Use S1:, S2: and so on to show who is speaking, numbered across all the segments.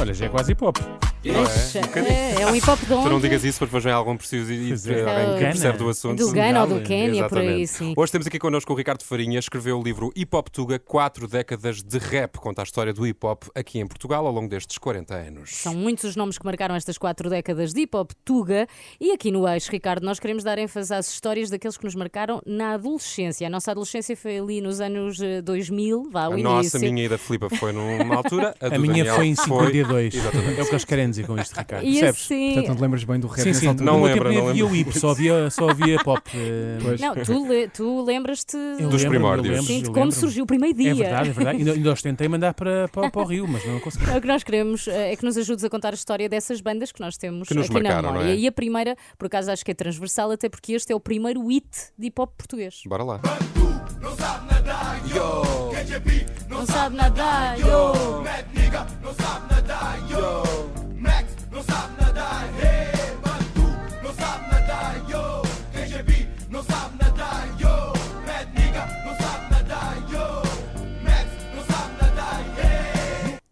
S1: Olha, já é quase hip hop.
S2: Mas,
S3: Um bocadinho.
S2: é, é um hip hop de onde?
S3: Tu não digas isso, porque depois vem algum preciso e
S1: Pois é.
S3: alguém que
S1: Ghana.
S3: percebe do assunto.
S2: Do Ghana ou do
S1: Exatamente.
S2: Quênia, por aí, sim.
S3: Hoje temos aqui connosco o Ricardo Farinha, escreveu o livro Hip Hop Tuga, 4 décadas de rap, conta a história do hip hop aqui em Portugal ao longo destes 40 anos.
S2: São um muitos os nomes que marcaram estas quatro décadas de hip hop tuga. E aqui no Eixo, Ricardo, nós queremos dar ênfase às histórias daqueles que nos marcaram na adolescência. A nossa adolescência foi ali nos anos eh, 2000, vá ao
S3: a
S2: início.
S3: nossa, a minha e da Filipa foi numa altura, a,
S1: A
S3: do
S1: minha
S3: Daniel
S1: foi em 52. É o que eles querem dizer com isto, Ricardo.
S2: E
S1: Percebes?
S2: assim.
S4: Portanto, não te lembras bem do rap
S1: Sim,
S4: nessa
S1: sim,
S4: altura.
S1: no meu
S3: Não lembro,
S1: tempo nem
S3: não
S1: havia o
S3: lembro.
S1: hip, só havia, só havia pop. eh,
S4: Pois.
S2: Não, tu, le- tu lembras-te
S1: eu
S3: Dos
S1: lembro-me, eu
S3: primórdios.
S1: lembro-me,
S2: sim, de
S1: eu
S2: como
S1: lembro-me.
S2: surgiu o primeiro dia.
S1: É verdade, é verdade. Ainda, ainda os tentei mandar para, para, para o Rio, mas não consegui.
S2: O que nós queremos eh, é que nos ajudes a contar a história dessas bandas que nós temos
S3: Que nos
S2: aqui na
S3: marcaram, não
S2: memória.
S3: é?
S2: E a primeira, por acaso, acho que é transversal, até porque este é o primeiro hit de hip hop português.
S3: Bora lá.
S2: Não sabe nadar, yo!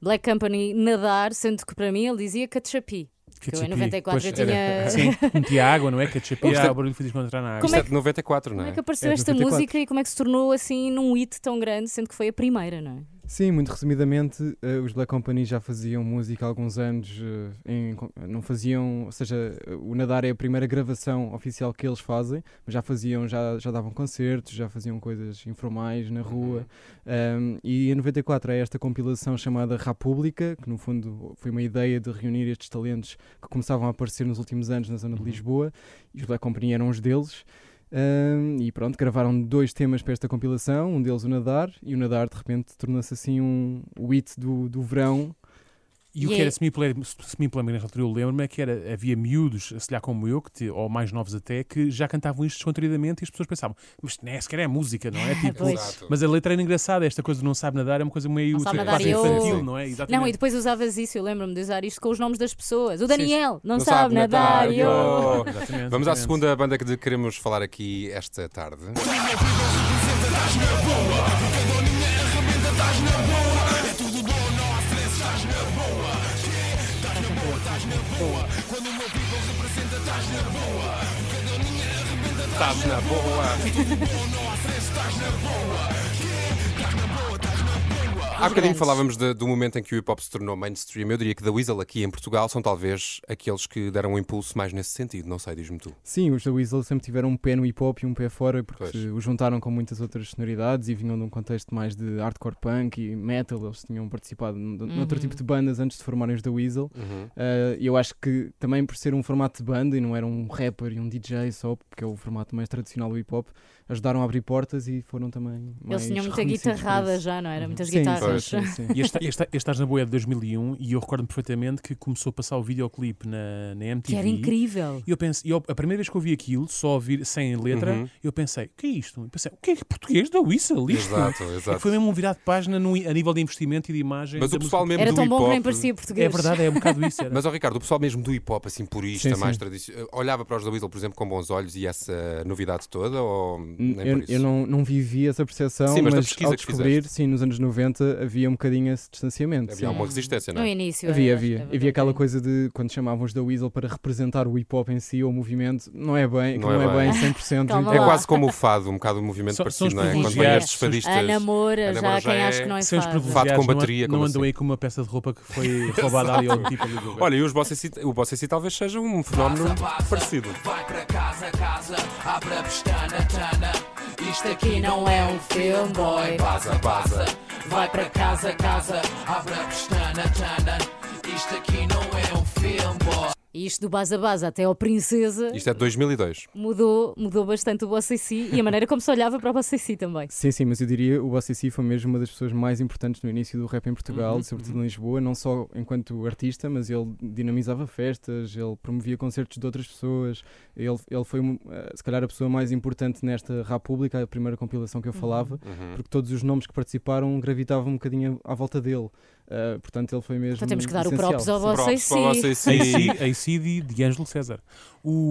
S2: Black Company nadar, sendo que para mim ele dizia Cachapi. Que eu em
S1: Cachapi.
S2: 94 já
S1: Pois,
S2: tinha.
S1: Sim, metia água, não é? Que a chapia, o barulho que fiz quando entrar na água.
S2: Como
S3: Isto
S2: é
S3: é de 94, não
S2: Como
S3: é?
S2: é que apareceu
S1: É de
S2: esta
S1: 94.
S2: música e como é que se tornou assim num hit tão grande, sendo que foi a primeira, não é?
S4: Sim, muito resumidamente, eh, os Black Company já faziam música há alguns anos, eh, em co- não faziam, ou seja, eh, o Nadar é a primeira gravação oficial que eles fazem, mas já faziam, já, já davam concertos, já faziam coisas informais na rua.
S1: Uhum.
S4: Ahm, e em 94 há esta compilação chamada República, que no fundo foi uma ideia de reunir estes talentos que começavam a aparecer nos últimos anos na zona
S1: Uhum.
S4: de Lisboa, e os Black Company eram os deles. Ahm, e pronto, gravaram dois temas para esta compilação, um deles o Nadar, e o Nadar de repente tornou-se assim um o hit do, do verão.
S1: E o
S2: E
S1: que
S2: é-
S1: era semi-plamer nessa altura, eu lembro-me, é que era, havia miúdos, se calhar como eu, que te- ou mais novos até, que já cantavam isto descontraídamente e as pessoas pensavam, mas isto nem é sequer é música, não é? Tipo,
S2: Ah, Pois.
S1: mas a letra era engraçada, esta coisa de não sabe nadar é uma coisa meio
S2: Não sabe nadar,
S1: quase
S2: eu-
S1: infantil, não é? Exatamente.
S2: Não, e depois usavas isso, eu lembro-me de usar isto com os nomes das pessoas. O Daniel não,
S3: Não
S2: sabe
S3: sabe
S2: nadar,
S3: nadar,
S2: yo!
S3: yo!
S1: Exatamente,
S3: Vamos à
S1: exatamente.
S3: segunda banda que queremos falar aqui esta tarde.
S4: é tá,
S3: Estás na boa. Há bocadinho
S2: grandes.
S3: falávamos de- do momento em que o hip hop se tornou mainstream. Eu diria que The Weasel aqui em Portugal são talvez aqueles que deram um impulso mais nesse sentido. Não sei, diz-me tu.
S4: Sim, os da Weasel sempre tiveram um pé no hip hop e um pé fora, porque
S3: Pois.
S4: se- o juntaram com muitas outras sonoridades e vinham de um contexto mais de hardcore punk e metal. Eles tinham participado n- noutro
S2: Uhum.
S4: tipo de bandas antes de formarem os da Weasel.
S1: Uhum.
S4: Ah, eu acho que também por ser um formato de banda e não era um rapper e um DJ só, porque é o formato mais tradicional do hip hop, ajudaram a abrir portas e foram também. mais
S2: Eles tinham muita
S4: reconhecidos por
S2: guitarrada
S4: isso.
S2: já, não era? Muitas
S4: Sim,
S2: guitarras.
S4: sim, sim, sim.
S1: E este, este, este Estás na Boia de 2001 e eu recordo-me perfeitamente que começou a passar o videoclipe na, na MTV.
S2: Que era incrível.
S1: E eu pensei, eu, a primeira vez que ouvi aquilo, só ouvir sem letra,
S3: Uhum.
S1: eu pensei, o que é isto? Eu pensei, o que é que português da Whistle? Isto?
S3: Exato,
S1: É que
S3: exato.
S1: Foi mesmo um virado de página no- a nível de investimento e de imagem.
S3: Mas
S1: da
S3: o pessoal
S1: música.
S3: mesmo
S2: Era
S3: do
S2: tão
S3: hip
S2: bom que nem
S3: hop-
S2: parecia português.
S1: É verdade, é um bocado isso. Era.
S3: Mas, ó Ricardo, o pessoal mesmo do hip hop, assim, purista,
S4: Sim, sim.
S3: mais tradicional, olhava para os da Weasel, por exemplo, com bons olhos e essa novidade toda? Ou nem por
S4: Eu,
S3: isso?
S4: eu não, não vivi essa percepção,
S3: Sim, mas
S4: mas,
S3: da pesquisa
S4: ao
S3: que
S4: descobrir, sim, nos anos 90 havia um bocadinho esse distanciamento.
S3: Havia
S4: sim.
S3: alguma resistência, não
S2: No
S3: é?
S2: início.
S4: Havia,
S2: era-
S4: havia.
S2: era
S4: Havia aquela
S2: bem.
S4: coisa de quando chamavam os da Weasel para representar o hip hop em si, ou o movimento, não é bem, que
S3: Não é
S4: não, é
S3: bem.
S4: bem 100%.
S2: Calma
S4: então-
S3: É
S2: lá.
S3: quase como o fado, um bocado o movimento
S1: São- são
S3: parecido,
S1: os
S3: não é? Quando vêm
S2: privilegiados.
S3: estes fadistas.
S2: A namora, já
S3: A namora
S2: há quem
S3: já
S2: acha
S3: é-
S2: que não é
S1: Seus
S2: fácil.
S3: Fato com
S1: não-
S3: bateria,
S1: não,
S3: como
S1: andou
S3: assim?
S1: aí com uma peça de roupa que foi roubada ali a um tipo ali do
S3: Olha, e os Bossa City- o Bossa City talvez seja um fenómeno parecido.
S5: Vai para casa, casa, abre a pestana, tana. Isto aqui não é um filme, boy. Baza, baza. Vai para casa, casa, abre a pestana, tana. Isto aqui não é um filme, boy.
S2: E isto do Baza Baza até ao Princesa
S3: Isto é de 2002.
S2: mudou, mudou bastante o Bossa em si e a maneira como se olhava para o Bossa em si também.
S4: Sim, sim, mas eu diria o OCC foi mesmo uma das pessoas mais importantes no início do rap em Portugal,
S2: Uhum,
S4: sobretudo em Lisboa, não só enquanto artista, mas ele dinamizava festas, ele promovia concertos de outras pessoas, ele, ele foi um, eh, se calhar a pessoa mais importante nesta República, a
S2: Uhum.
S4: Uhum. primeira compilação que eu falava, porque todos os nomes que participaram gravitavam um bocadinho à volta dele. Ah, portanto, ele foi mesmo.
S2: Então temos que dar o
S4: essencial.
S2: props ao vosso
S3: Props para
S2: AC.
S3: vocês, sim.
S1: A ACD de Ângelo César. O...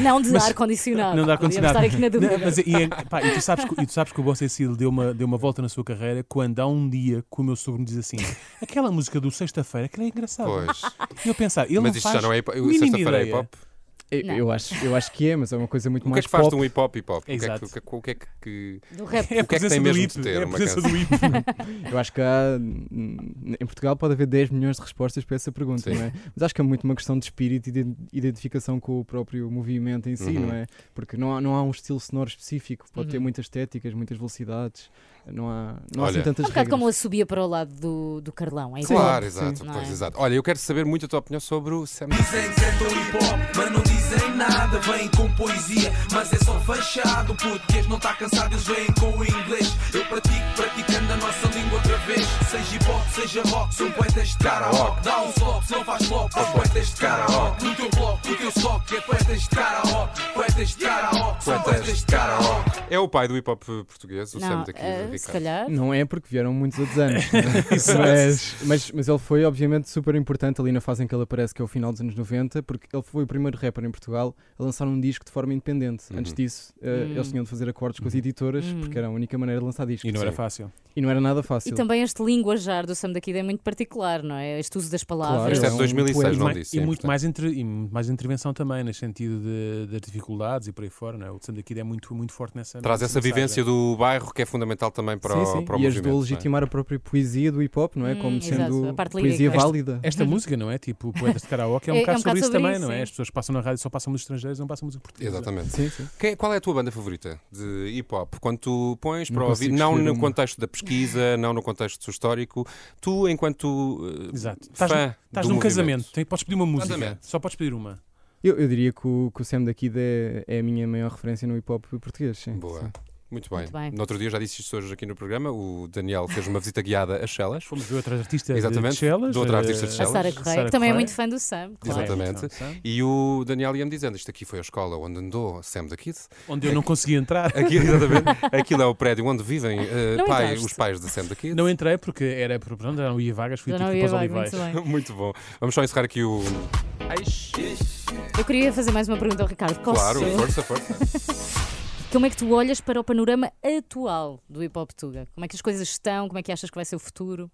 S2: Não de ar-condicionado.
S1: Não de ar-condicionado.
S2: Podíamos estar aqui na
S1: Não,
S2: dúvida.
S1: mas, e, é- pá, e tu sabes que, e tu sabes que o Bossa Cecil deu uma, deu uma volta na sua carreira quando há um dia que o meu sogro me diz assim: aquela música do sexta-feira, aquela é engraçada.
S3: Pois.
S1: E eu pensar, ele
S3: Mas
S1: não
S3: isto
S1: faz
S3: já não é hip hop.
S1: mínima
S3: Sexta-feira é
S1: ideia.
S3: hip hop.
S4: Eu,
S2: Não.
S4: eu acho, eu acho que é, mas é uma coisa muito
S3: O que é
S4: mais
S3: que faz de
S4: pop.
S3: um hip hop hip hop? O que é que-
S1: Exato.
S3: O que é que- o que é que.
S2: Do
S1: É
S2: rap.
S1: a
S3: O que é que
S1: presença
S3: tem
S1: do
S3: mesmo
S1: IP.
S3: de ter
S1: É a
S3: uma
S1: presença
S3: canção?
S1: do IP.
S4: Eu acho que há, hum, em Portugal pode haver 10 milhões de respostas para essa pergunta,
S3: Sim.
S4: não é? Mas acho que é muito uma questão de espírito e de identificação com o próprio movimento em si,
S3: Uhum.
S4: não é? Porque não há, não há um estilo sonoro específico, pode ter
S2: Uhum.
S4: muitas estéticas, muitas velocidades, não há, não há assim
S3: Olha.
S4: tantas
S2: É um bocado
S4: regras.
S2: como ele subia para o lado do, do Carlão. É
S3: Claro,
S2: igual.
S3: exato.
S2: Não
S3: Pois,
S2: é?
S3: exato. Olha, eu quero saber muito a tua opinião sobre o Sam.
S5: Dizem que é tão hip hop, mas não dizem nada. Vêm com poesia, mas é só fachado. O português não tá cansado, eles vêm com o inglês. Eu pratico, praticando a nossa língua outra vez. Seja hip hop, seja rock, são poetas de karaoke. Dá um slop, se não faz flop, são poetas de karaoke. No teu bloco, o teu soque é poetas de karaoke. Poetas de karaoke, um são poetas de karaoke.
S3: É o pai do hip hop português, o Sam
S2: Não,
S3: daqui.
S2: eh,
S3: de
S2: se
S3: Ricardo.
S2: calhar.
S4: Não é porque vieram muitos outros anos. não é? mas, mas, mas ele foi, obviamente, super importante ali na fase em que ele aparece, que é o final dos anos 90, porque ele foi o primeiro rapper em Portugal a lançar um disco de forma independente. Antes disso, eh,
S2: Hum.
S4: eles tinham de fazer acordos com as editoras, porque era a única maneira de lançar discos.
S1: E não era
S4: Sim.
S1: fácil.
S4: E não era nada fácil.
S2: E também este linguajar do Sam da Kid é muito particular, não é? Este uso das
S4: Claro,
S2: palavras.
S3: Este é de
S4: um
S3: 2006,
S4: poema.
S1: E
S3: não
S1: mais-
S3: disse.
S1: e,
S3: é
S1: muito
S3: importante.
S1: mais entre- e muito mais intervenção também, no sentido de- das dificuldades e por aí fora. Não é? O Sam daqui é muito, muito forte nessa.
S3: Traz
S1: nessa
S3: essa vivência
S1: mensagem.
S3: do bairro que é fundamental também para
S4: sim,
S3: o
S4: sim.
S3: para o
S4: e
S3: movimento. é?
S4: ajudou a legitimar a própria poesia do hip hop, não é?
S2: Hum,
S4: Como
S2: exato,
S4: sendo
S2: a parte
S4: poesia
S2: lírica.
S4: válida.
S1: Esta música, não é? Tipo, poetas de karaoke é um
S2: Uhum. É- é
S1: bocado sobre,
S2: um bocado
S1: isso
S2: sobre
S1: também,
S2: isso,
S1: não é?
S2: sim.
S1: As pessoas passam na rádio e só passam música estrangeiros, não passam música
S3: não é?
S1: portuguesa.
S3: Exatamente.
S4: Sim, sim.
S3: Quem- qual é a tua banda favorita de hip hop? Quando tu pões
S4: Não
S3: para ouvir,
S4: consigo
S3: não
S4: escolher
S3: no
S4: uma.
S3: contexto da pesquisa, não no contexto histórico, tu, enquanto eh,
S1: Exato.
S3: fã
S1: Estás, num- estás
S3: do
S1: num
S3: movimento.
S1: casamento, tem- podes pedir uma música,
S3: Exatamente.
S1: só podes pedir uma.
S4: Eu, eu diria que o, que o Sam da Kid é, é a minha maior referência no hip hop português. Sim,
S3: Boa.
S4: Sim.
S3: Muito bem.
S2: Muito bem.
S3: No outro dia eu já disse isto hoje aqui no programa. O Daniel fez uma visita guiada a Chelas.
S1: Fomos ver outra artista
S3: Exatamente,
S1: de Chelas.
S3: de outra artista
S1: eh,
S3: de
S2: A
S3: Chelas.
S2: Sara Correia, que também é muito fã do Sam. Claro.
S3: Exatamente.
S1: Exatamente.
S3: E o Daniel ia-me dizendo: Isto aqui foi a escola onde andou Sam da Kid.
S1: Onde eu não consegui entrar.
S3: Aqui, exatamente, aquilo é o prédio onde vivem eh,
S2: Não
S3: pai-
S2: entraste.
S3: os pais de Sam da Kid.
S1: Não entrei porque era, por- pronto, já não ia vagas, fui
S2: Já
S1: tipo
S2: não
S1: para
S2: ia
S1: os
S2: bem,
S1: olivais.
S2: muito bem.
S3: Muito bom. Vamos só encerrar aqui o.
S2: Eu queria fazer mais uma pergunta ao Ricardo. Qual
S3: Claro,
S2: sou-
S3: força, força.
S2: Como é que tu olhas para o panorama atual do hip hop Tuga? Como é que as coisas estão? Como é que achas que vai ser o futuro?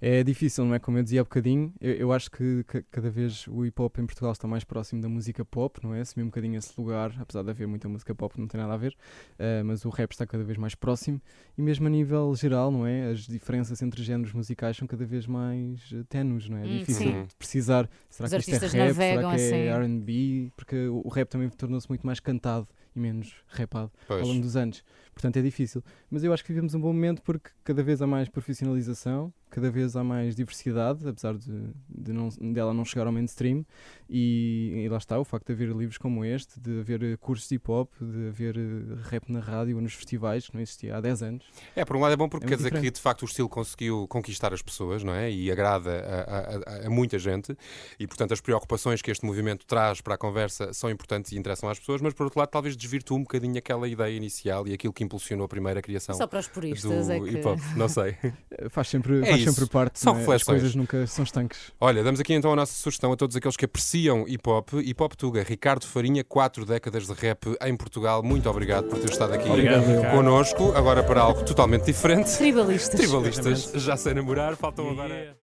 S4: É difícil, não é? Como eu dizia há bocadinho, eu, eu acho que ca- cada vez o hip hop em Portugal está mais próximo da música pop, não é? Assumiu um bocadinho esse lugar, apesar de haver muita música pop, não tem nada a ver, ah, mas o rap está cada vez mais próximo e mesmo a nível geral, não é? As diferenças entre géneros musicais são cada vez mais eh, tenues, não é? É
S2: Hum,
S4: difícil
S2: sim.
S4: de precisar. Será
S2: Os
S4: que isto é
S2: artistas
S4: rap? Será
S2: navegam
S4: que é
S2: assim.
S4: RB? Porque o o rap também tornou-se muito mais cantado e menos rapado ao longo
S3: Pois.
S4: dos anos. Portanto, é difícil. Mas eu acho que vivemos um bom momento porque cada vez há mais profissionalização, cada vez há mais diversidade, apesar de, de não- dela não chegar ao mainstream. E, e lá está, o facto de haver livros como este, de haver eh, cursos de hip hop, de haver eh, rap na rádio ou nos festivais, que não existia há 10 anos.
S3: É, por um lado é bom porque
S4: É
S3: quer
S4: muito
S3: dizer que
S4: diferente.
S3: de facto o estilo conseguiu conquistar as pessoas, não é? E agrada a, a- a- a muita gente e portanto as preocupações que este movimento traz para a conversa são importantes e interessam às pessoas, mas por outro lado talvez desvirtue um bocadinho aquela ideia inicial e aquilo que impulsionou a primeira criação
S2: Só para os puristas
S3: do
S2: é que.
S3: hip hop. Não sei.
S4: Eh, Faz sempre,
S3: É
S4: faz
S3: isso.
S4: sempre parte.
S3: São
S4: não é? As
S3: reflexões.
S4: coisas nunca são estanques.
S3: Olha, damos aqui então a nossa sugestão a todos aqueles que apreciam hip hop. Hip hop Tuga, Ricardo Farinha, quatro décadas de rap em Portugal. Muito obrigado por ter estado aqui
S1: Obrigado, Ricardo.
S3: connosco. Agora para algo totalmente diferente.
S2: Tribalistas.
S3: Tribalistas já sem namorar, faltam agora.